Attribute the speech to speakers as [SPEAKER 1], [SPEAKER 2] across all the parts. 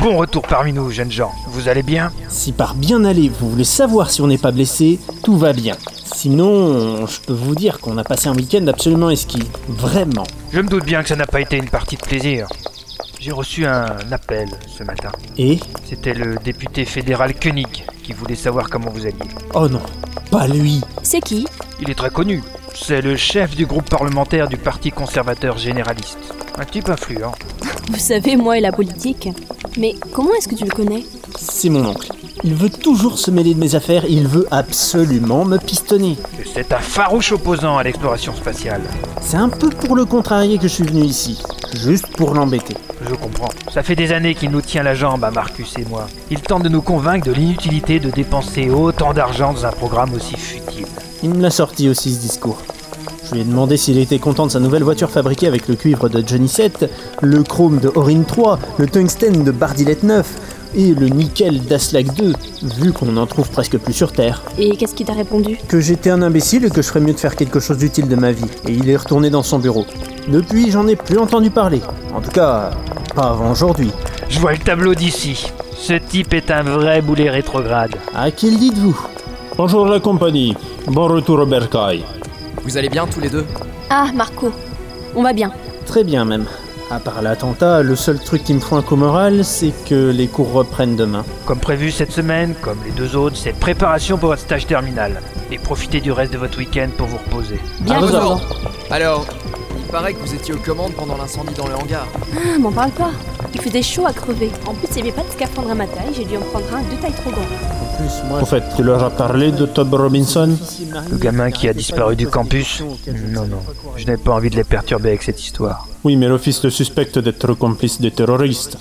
[SPEAKER 1] Bon retour parmi nous, jeunes gens. Vous allez bien
[SPEAKER 2] Si par bien aller, vous voulez savoir si on n'est pas blessé, tout va bien. Sinon, je peux vous dire qu'on a passé un week-end absolument esquive. Vraiment.
[SPEAKER 1] Je me doute bien que ça n'a pas été une partie de plaisir. J'ai reçu un appel ce matin.
[SPEAKER 2] Et
[SPEAKER 1] C'était le député fédéral Koenig qui voulait savoir comment vous alliez.
[SPEAKER 2] Oh non, pas lui
[SPEAKER 3] C'est qui
[SPEAKER 1] Il est très connu. C'est le chef du groupe parlementaire du Parti conservateur généraliste. Un type influent.
[SPEAKER 3] Vous savez, moi et la politique. Mais comment est-ce que tu le connais
[SPEAKER 2] C'est mon oncle. Il veut toujours se mêler de mes affaires, il veut absolument me pistonner.
[SPEAKER 1] Et C'est un farouche opposant à l'exploration spatiale.
[SPEAKER 2] C'est un peu pour le contrarier que je suis venu ici. Juste pour l'embêter.
[SPEAKER 1] Je comprends. Ça fait des années qu'il nous tient la jambe à Marcus et moi. Il tente de nous convaincre de l'inutilité de dépenser autant d'argent dans un programme aussi futile.
[SPEAKER 2] Il me l'a sorti aussi ce discours. Je lui ai demandé s'il était content de sa nouvelle voiture fabriquée avec le cuivre de Johnny 7, le chrome de Orin 3, le tungstène de Bardilette 9 et le nickel d'Aslak 2, vu qu'on n'en trouve presque plus sur Terre.
[SPEAKER 3] Et qu'est-ce qu'il t'a répondu
[SPEAKER 2] Que j'étais un imbécile et que je ferais mieux de faire quelque chose d'utile de ma vie, et il est retourné dans son bureau. Depuis, j'en ai plus entendu parler. En tout cas, pas avant aujourd'hui.
[SPEAKER 1] Je vois le tableau d'ici. Ce type est un vrai boulet rétrograde.
[SPEAKER 2] À qui le dites-vous
[SPEAKER 4] Bonjour la compagnie, bon retour au bercail.
[SPEAKER 5] Vous allez bien tous les deux
[SPEAKER 3] Ah, Marco. On va bien.
[SPEAKER 2] Très bien même. À part l'attentat, le seul truc qui me fout un coup moral, c'est que les cours reprennent demain.
[SPEAKER 1] Comme prévu cette semaine, comme les deux autres, c'est préparation pour votre stage terminal. Et profitez du reste de votre week-end pour vous reposer.
[SPEAKER 3] Bien
[SPEAKER 2] Ah,
[SPEAKER 3] que-
[SPEAKER 2] bonjour.
[SPEAKER 5] Alors, il paraît que vous étiez aux commandes pendant l'incendie dans le hangar.
[SPEAKER 3] Ah, m'en parle pas. Il faisait chaud à crever. En plus, il n'y avait pas de scaphandre à ma taille, j'ai dû en prendre un de taille trop grande.
[SPEAKER 2] En plus, moi,
[SPEAKER 4] Au fait, tu leur as parlé de Tob Robinson
[SPEAKER 1] Le gamin qui a disparu du campus Non, non. Je n'ai pas envie de les perturber avec cette histoire.
[SPEAKER 4] Oui, mais l'office le suspecte d'être complice des terroristes.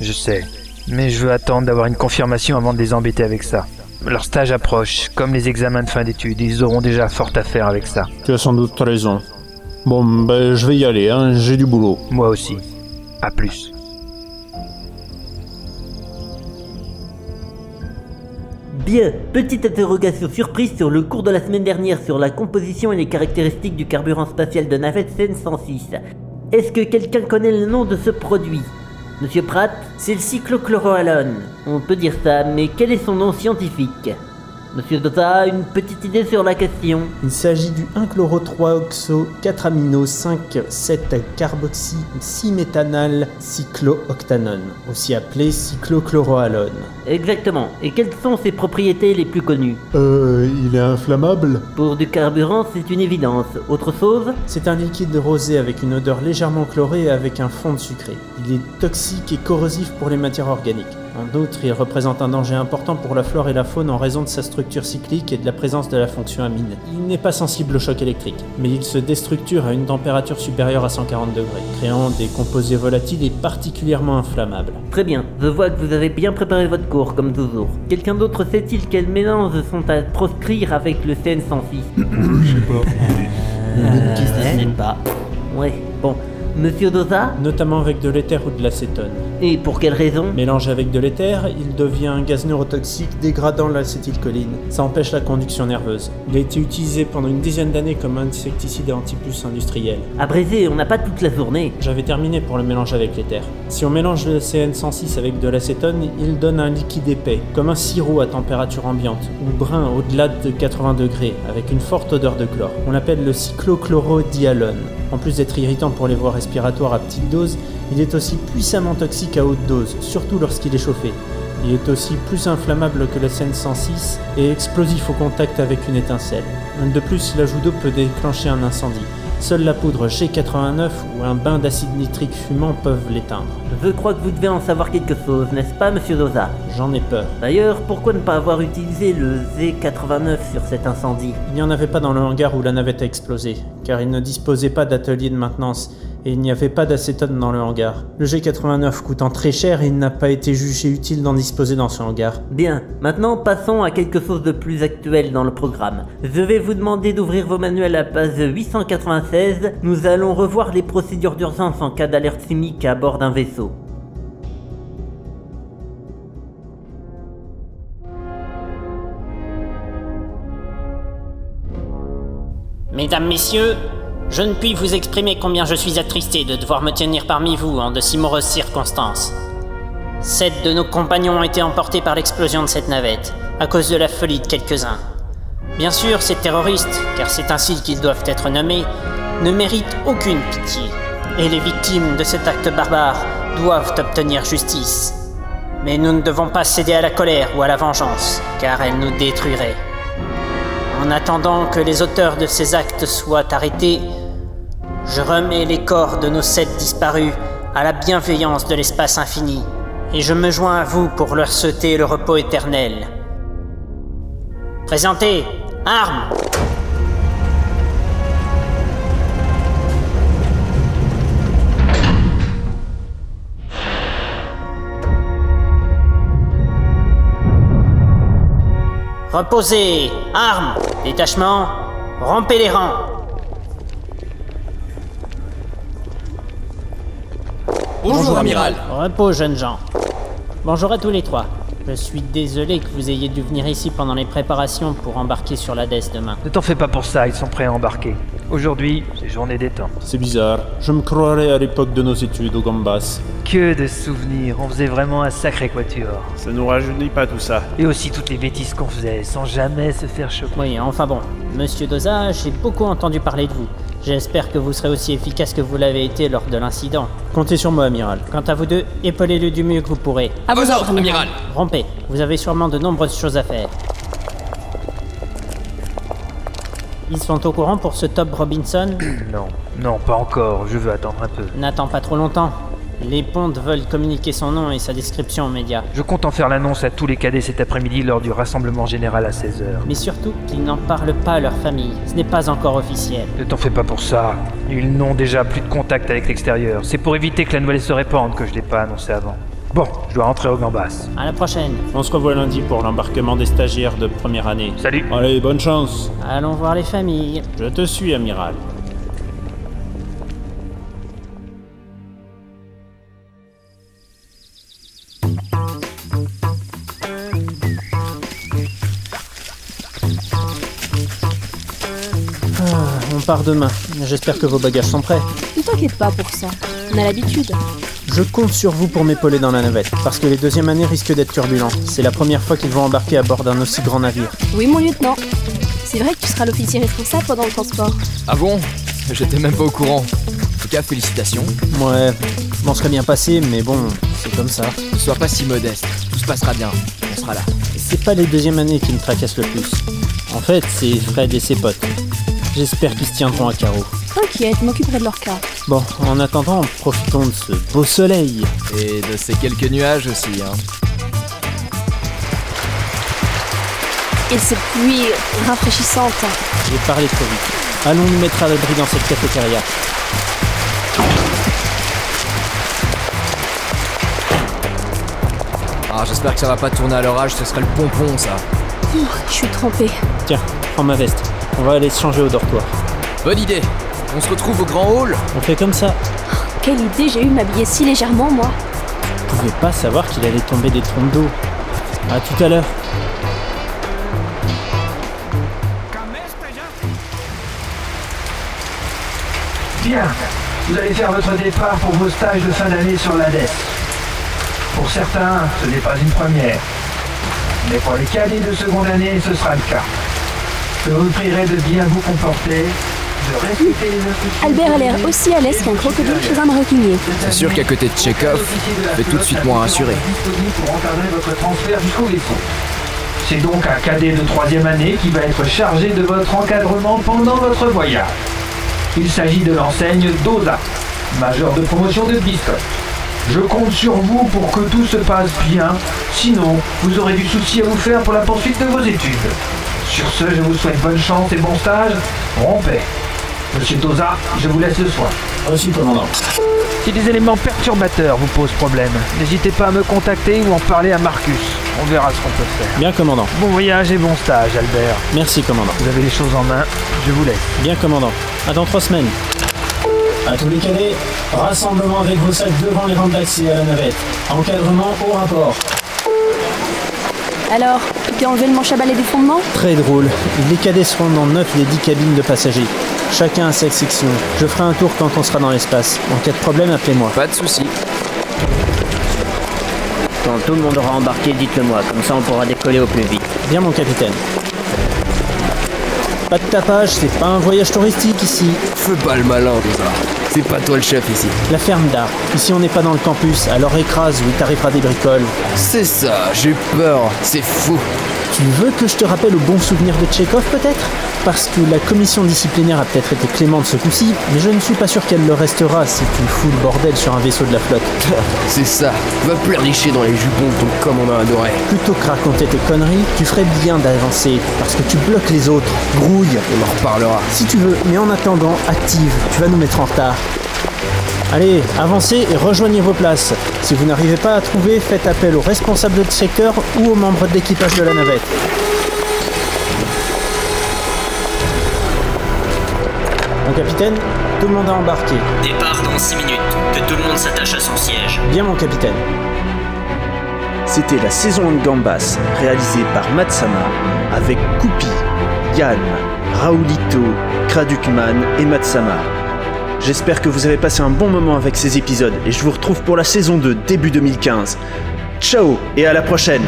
[SPEAKER 1] Je sais. Mais je veux attendre d'avoir une confirmation avant de les embêter avec ça. Leur stage approche, comme les examens de fin d'études, ils auront déjà fort à faire avec ça.
[SPEAKER 4] Tu as sans doute raison. Bon, ben je vais y aller, hein, j'ai du boulot.
[SPEAKER 1] Moi aussi. À plus.
[SPEAKER 6] Bien, petite interrogation surprise sur le cours de la semaine dernière sur la composition et les caractéristiques du carburant spatial de navette CN-106. Est-ce que quelqu'un connaît le nom de ce produit Monsieur Pratt, c'est le cyclochloroalone. On peut dire ça, mais quel est son nom scientifique Monsieur Dota, une petite idée sur la question
[SPEAKER 2] Il s'agit du 1 chloro 3 oxo 4 amino 5 7 carboxy 6 méthanal cyclooctanone, aussi appelé cyclochloroalone.
[SPEAKER 6] Exactement. Et quelles sont ses propriétés les plus connues
[SPEAKER 4] Euh, il est inflammable
[SPEAKER 6] Pour du carburant, c'est une évidence. Autre chose
[SPEAKER 2] C'est un liquide rosé avec une odeur légèrement chlorée et avec un fond de sucré. Il est toxique et corrosif pour les matières organiques. En d'autres, il représente un danger important pour la flore et la faune en raison de sa structure cyclique et de la présence de la fonction amine. Il n'est pas sensible au choc électrique, mais il se déstructure à une température supérieure à 140 degrés, créant des composés volatiles et particulièrement inflammables.
[SPEAKER 6] Très bien, je vois que vous avez bien préparé votre cours, comme toujours. Quelqu'un d'autre sait-il quels mélanges sont à proscrire avec le CN106 Je sais pas. Euh, Ouais, bon. Monsieur Dosa
[SPEAKER 2] Notamment avec de l'éther ou de l'acétone.
[SPEAKER 6] Et pour quelle raison
[SPEAKER 2] Mélangé avec de l'éther, il devient un gaz neurotoxique dégradant l'acétylcholine. Ça empêche la conduction nerveuse. Il a été utilisé pendant une dizaine d'années comme insecticide et antipuce industriel.
[SPEAKER 6] Abrégé, on n'a pas toute la journée.
[SPEAKER 2] J'avais terminé pour le mélange avec l'éther. Si on mélange le CN106 avec de l'acétone, il donne un liquide épais, comme un sirop à température ambiante, ou brun au-delà de 80 degrés, avec une forte odeur de chlore. On l'appelle le cyclochlorodialone. En plus d'être irritant pour les voies respiratoires à petite dose, il est aussi puissamment toxique à haute dose, surtout lorsqu'il est chauffé. Il est aussi plus inflammable que le CN106 et explosif au contact avec une étincelle. De plus, l'ajout d'eau peut déclencher un incendie. Seule la poudre G89 ou un bain d'acide nitrique fumant peuvent l'éteindre.
[SPEAKER 6] Je crois que vous devez en savoir quelque chose, n'est-ce pas, monsieur Dosa
[SPEAKER 2] J'en ai peur.
[SPEAKER 6] D'ailleurs, pourquoi ne pas avoir utilisé le Z89 sur cet incendie
[SPEAKER 2] Il n'y en avait pas dans le hangar où la navette a explosé, car il ne disposait pas d'atelier de maintenance et il n'y avait pas d'acétone dans le hangar. Le G89 coûtant très cher, il n'a pas été jugé utile d'en disposer dans ce hangar.
[SPEAKER 6] Bien, maintenant passons à quelque chose de plus actuel dans le programme. Je vais vous demander d'ouvrir vos manuels à page 896. Nous allons revoir les procédures d'urgence en cas d'alerte chimique à bord d'un vaisseau.
[SPEAKER 7] Mesdames, Messieurs, je ne puis vous exprimer combien je suis attristé de devoir me tenir parmi vous en de si mauvaises circonstances. Sept de nos compagnons ont été emportés par l'explosion de cette navette, à cause de la folie de quelques-uns. Bien sûr, ces terroristes, car c'est ainsi qu'ils doivent être nommés, ne méritent aucune pitié, et les victimes de cet acte barbare doivent obtenir justice. Mais nous ne devons pas céder à la colère ou à la vengeance, car elle nous détruirait. En attendant que les auteurs de ces actes soient arrêtés, je remets les corps de nos sept disparus à la bienveillance de l'espace infini, et je me joins à vous pour leur sauter le repos éternel. Présentez Armes Reposez Armes Détachement Rompez les rangs
[SPEAKER 5] Bonjour, amiral.
[SPEAKER 7] Repos, jeunes gens. Bonjour à tous les trois. Je suis désolé que vous ayez dû venir ici pendant les préparations pour embarquer sur la DES demain.
[SPEAKER 1] Ne t'en fais pas pour ça, ils sont prêts à embarquer. Aujourd'hui, c'est journée détente.
[SPEAKER 4] C'est bizarre. Je me croirais à l'époque de nos études au Gambas.
[SPEAKER 1] Que de souvenirs, on faisait vraiment un sacré quatuor.
[SPEAKER 8] Ça nous rajeunit pas tout ça.
[SPEAKER 1] Et aussi toutes les bêtises qu'on faisait, sans jamais se faire choper.
[SPEAKER 7] Oui, enfin bon. Monsieur Dosa, j'ai beaucoup entendu parler de vous. J'espère que vous serez aussi efficace que vous l'avez été lors de l'incident.
[SPEAKER 2] Comptez sur moi, amiral.
[SPEAKER 7] Quant à vous deux, épaulez-le du mieux que vous pourrez.
[SPEAKER 5] À vos ordres, amiral.
[SPEAKER 7] Rompez, vous avez sûrement de nombreuses choses à faire. Ils sont au courant pour ce Top Robinson
[SPEAKER 1] Non, non, pas encore, je veux attendre un peu.
[SPEAKER 7] N'attends pas trop longtemps. Les pontes veulent communiquer son nom et sa description aux médias.
[SPEAKER 1] Je compte en faire l'annonce à tous les cadets cet après-midi lors du rassemblement général à 16h.
[SPEAKER 7] Mais surtout qu'ils n'en parlent pas à leur famille. Ce n'est pas encore officiel.
[SPEAKER 1] Ne t'en fais pas pour ça. Ils n'ont déjà plus de contact avec l'extérieur. C'est pour éviter que la nouvelle se répande que je l'ai pas annoncé avant. Bon, je dois rentrer au Gambas.
[SPEAKER 7] À la prochaine.
[SPEAKER 2] On se revoit lundi pour l'embarquement des stagiaires de première année.
[SPEAKER 1] Salut
[SPEAKER 4] Allez, bonne chance.
[SPEAKER 7] Allons voir les familles.
[SPEAKER 2] Je te suis, amiral. Ah, on part demain. J'espère que vos bagages sont prêts.
[SPEAKER 3] Ne t'inquiète pas pour ça. On a l'habitude.
[SPEAKER 2] Je compte sur vous pour m'épauler dans la navette, parce que les deuxièmes années risquent d'être turbulents. C'est la première fois qu'ils vont embarquer à bord d'un aussi grand navire.
[SPEAKER 3] Oui, mon lieutenant. C'est vrai que tu seras l'officier responsable pendant le transport.
[SPEAKER 5] Ah bon J'étais même pas au courant. En tout cas, félicitations.
[SPEAKER 2] Ouais, je m'en serais bien passé, mais bon, c'est comme ça.
[SPEAKER 5] Ne sois pas si modeste. Tout se passera bien. On sera là.
[SPEAKER 2] C'est pas les deuxièmes années qui me tracassent le plus. En fait, c'est Fred et ses potes. J'espère qu'ils se tiendront à carreau.
[SPEAKER 3] T'inquiète, je m'occuperai de leur cas.
[SPEAKER 2] Bon, en attendant, profitons de ce beau soleil.
[SPEAKER 5] Et de ces quelques nuages aussi, hein.
[SPEAKER 3] Et cette pluie rafraîchissante.
[SPEAKER 2] J'ai parlé trop vite. Allons nous mettre à l'abri dans cette cafétéria.
[SPEAKER 5] Ah, j'espère que ça va pas tourner à l'orage, ce serait le pompon, ça.
[SPEAKER 3] Ouh, je suis trempée.
[SPEAKER 2] Tiens, prends ma veste. On va aller se changer au dortoir.
[SPEAKER 5] Bonne idée. On se retrouve au grand hall.
[SPEAKER 2] On fait comme ça.
[SPEAKER 3] Quelle idée j'ai eu de m'habiller si légèrement, moi.
[SPEAKER 2] Je pouvais pas savoir qu'il allait tomber des trompes d'eau. À tout à l'heure.
[SPEAKER 9] Bien, vous allez faire votre départ pour vos stages de fin d'année sur la dette. Pour certains, ce n'est pas une première. Mais pour les cadets de seconde année, ce sera le cas. Je vous prierai de bien vous comporter, de respecter les instructions.
[SPEAKER 3] Albert a l'air aussi à l'aise qu'un crocodile chez un maroquinier.
[SPEAKER 5] C'est sûr qu'à côté de Chekhov, fait tout de suite moins rassuré.
[SPEAKER 9] Disponible pour encadrer votre transfert jusqu'au vaisseau. C'est donc un cadet de troisième année qui va être chargé de votre encadrement pendant votre voyage. Il s'agit de l'enseigne Dosa, major de promotion de Biscoff. Je compte sur vous pour que tout se passe bien, sinon vous aurez du souci à vous faire pour la poursuite de vos études. Sur ce, je vous souhaite bonne chance et bon stage. Rompez. Monsieur Dosa, je vous laisse le soin.
[SPEAKER 4] Reçu, commandant.
[SPEAKER 1] Si des éléments perturbateurs vous posent problème, n'hésitez pas à me contacter ou en parler à Marcus. On verra ce qu'on peut faire.
[SPEAKER 2] Bien, commandant.
[SPEAKER 1] Bon voyage et bon stage, Albert.
[SPEAKER 2] Merci, commandant.
[SPEAKER 1] Vous avez les choses en main, je vous laisse.
[SPEAKER 2] Bien, commandant. À dans trois semaines. À tous les cadets, rassemblement avec vos sacs devant les rampes d'accès à la navette. Encadrement au rapport.
[SPEAKER 3] Alors, tu t'es enlevé le manche à balai des fondements
[SPEAKER 2] Très drôle. Les cadets seront dans 9 des 10 cabines de passagers. Chacun à sa section. Je ferai un tour quand on sera dans l'espace. En cas de problème, appelez-moi.
[SPEAKER 5] Pas de soucis.
[SPEAKER 6] Quand tout le monde aura embarqué, dites-le moi, comme ça on pourra décoller au plus vite.
[SPEAKER 2] Bien, mon capitaine. Pas de tapage, c'est pas un voyage touristique ici.
[SPEAKER 5] Fais pas le malin, Dozard. C'est pas toi le chef ici.
[SPEAKER 2] La ferme d'art. Ici, on n'est pas dans le campus, alors écrase ou il t'arrivera des bricoles.
[SPEAKER 5] C'est ça, j'ai peur. C'est fou.
[SPEAKER 2] Tu veux que je te rappelle au bon souvenir de Tchekhov, peut-être Parce que la commission disciplinaire a peut-être été clémente ce coup-ci, mais je ne suis pas sûr qu'elle le restera si tu fous le bordel sur un vaisseau de la flotte.
[SPEAKER 5] C'est ça. Va pleurnicher dans les jupons de ton commandant adoré.
[SPEAKER 2] Plutôt que raconter tes conneries, tu ferais bien d'avancer, parce que tu bloques les autres. Grouille,
[SPEAKER 5] On en reparlera.
[SPEAKER 2] Si tu veux, mais en attendant, active, tu vas nous mettre en retard. Allez, avancez et rejoignez vos places. Si vous n'arrivez pas à trouver, faites appel aux responsables de secteur ou aux membres de l'équipage de la navette. Mon capitaine, tout le monde a embarqué.
[SPEAKER 7] Départ dans 6 minutes. Que tout le monde s'attache à son siège.
[SPEAKER 2] Bien mon capitaine.
[SPEAKER 8] C'était la saison 1 de Gambas, réalisée par Matsama, avec Koupi, Yann, Raoulito, Kradukman et Matsama. J'espère que vous avez passé un bon moment avec ces épisodes et je vous retrouve pour la saison 2 début 2015. Ciao et à la prochaine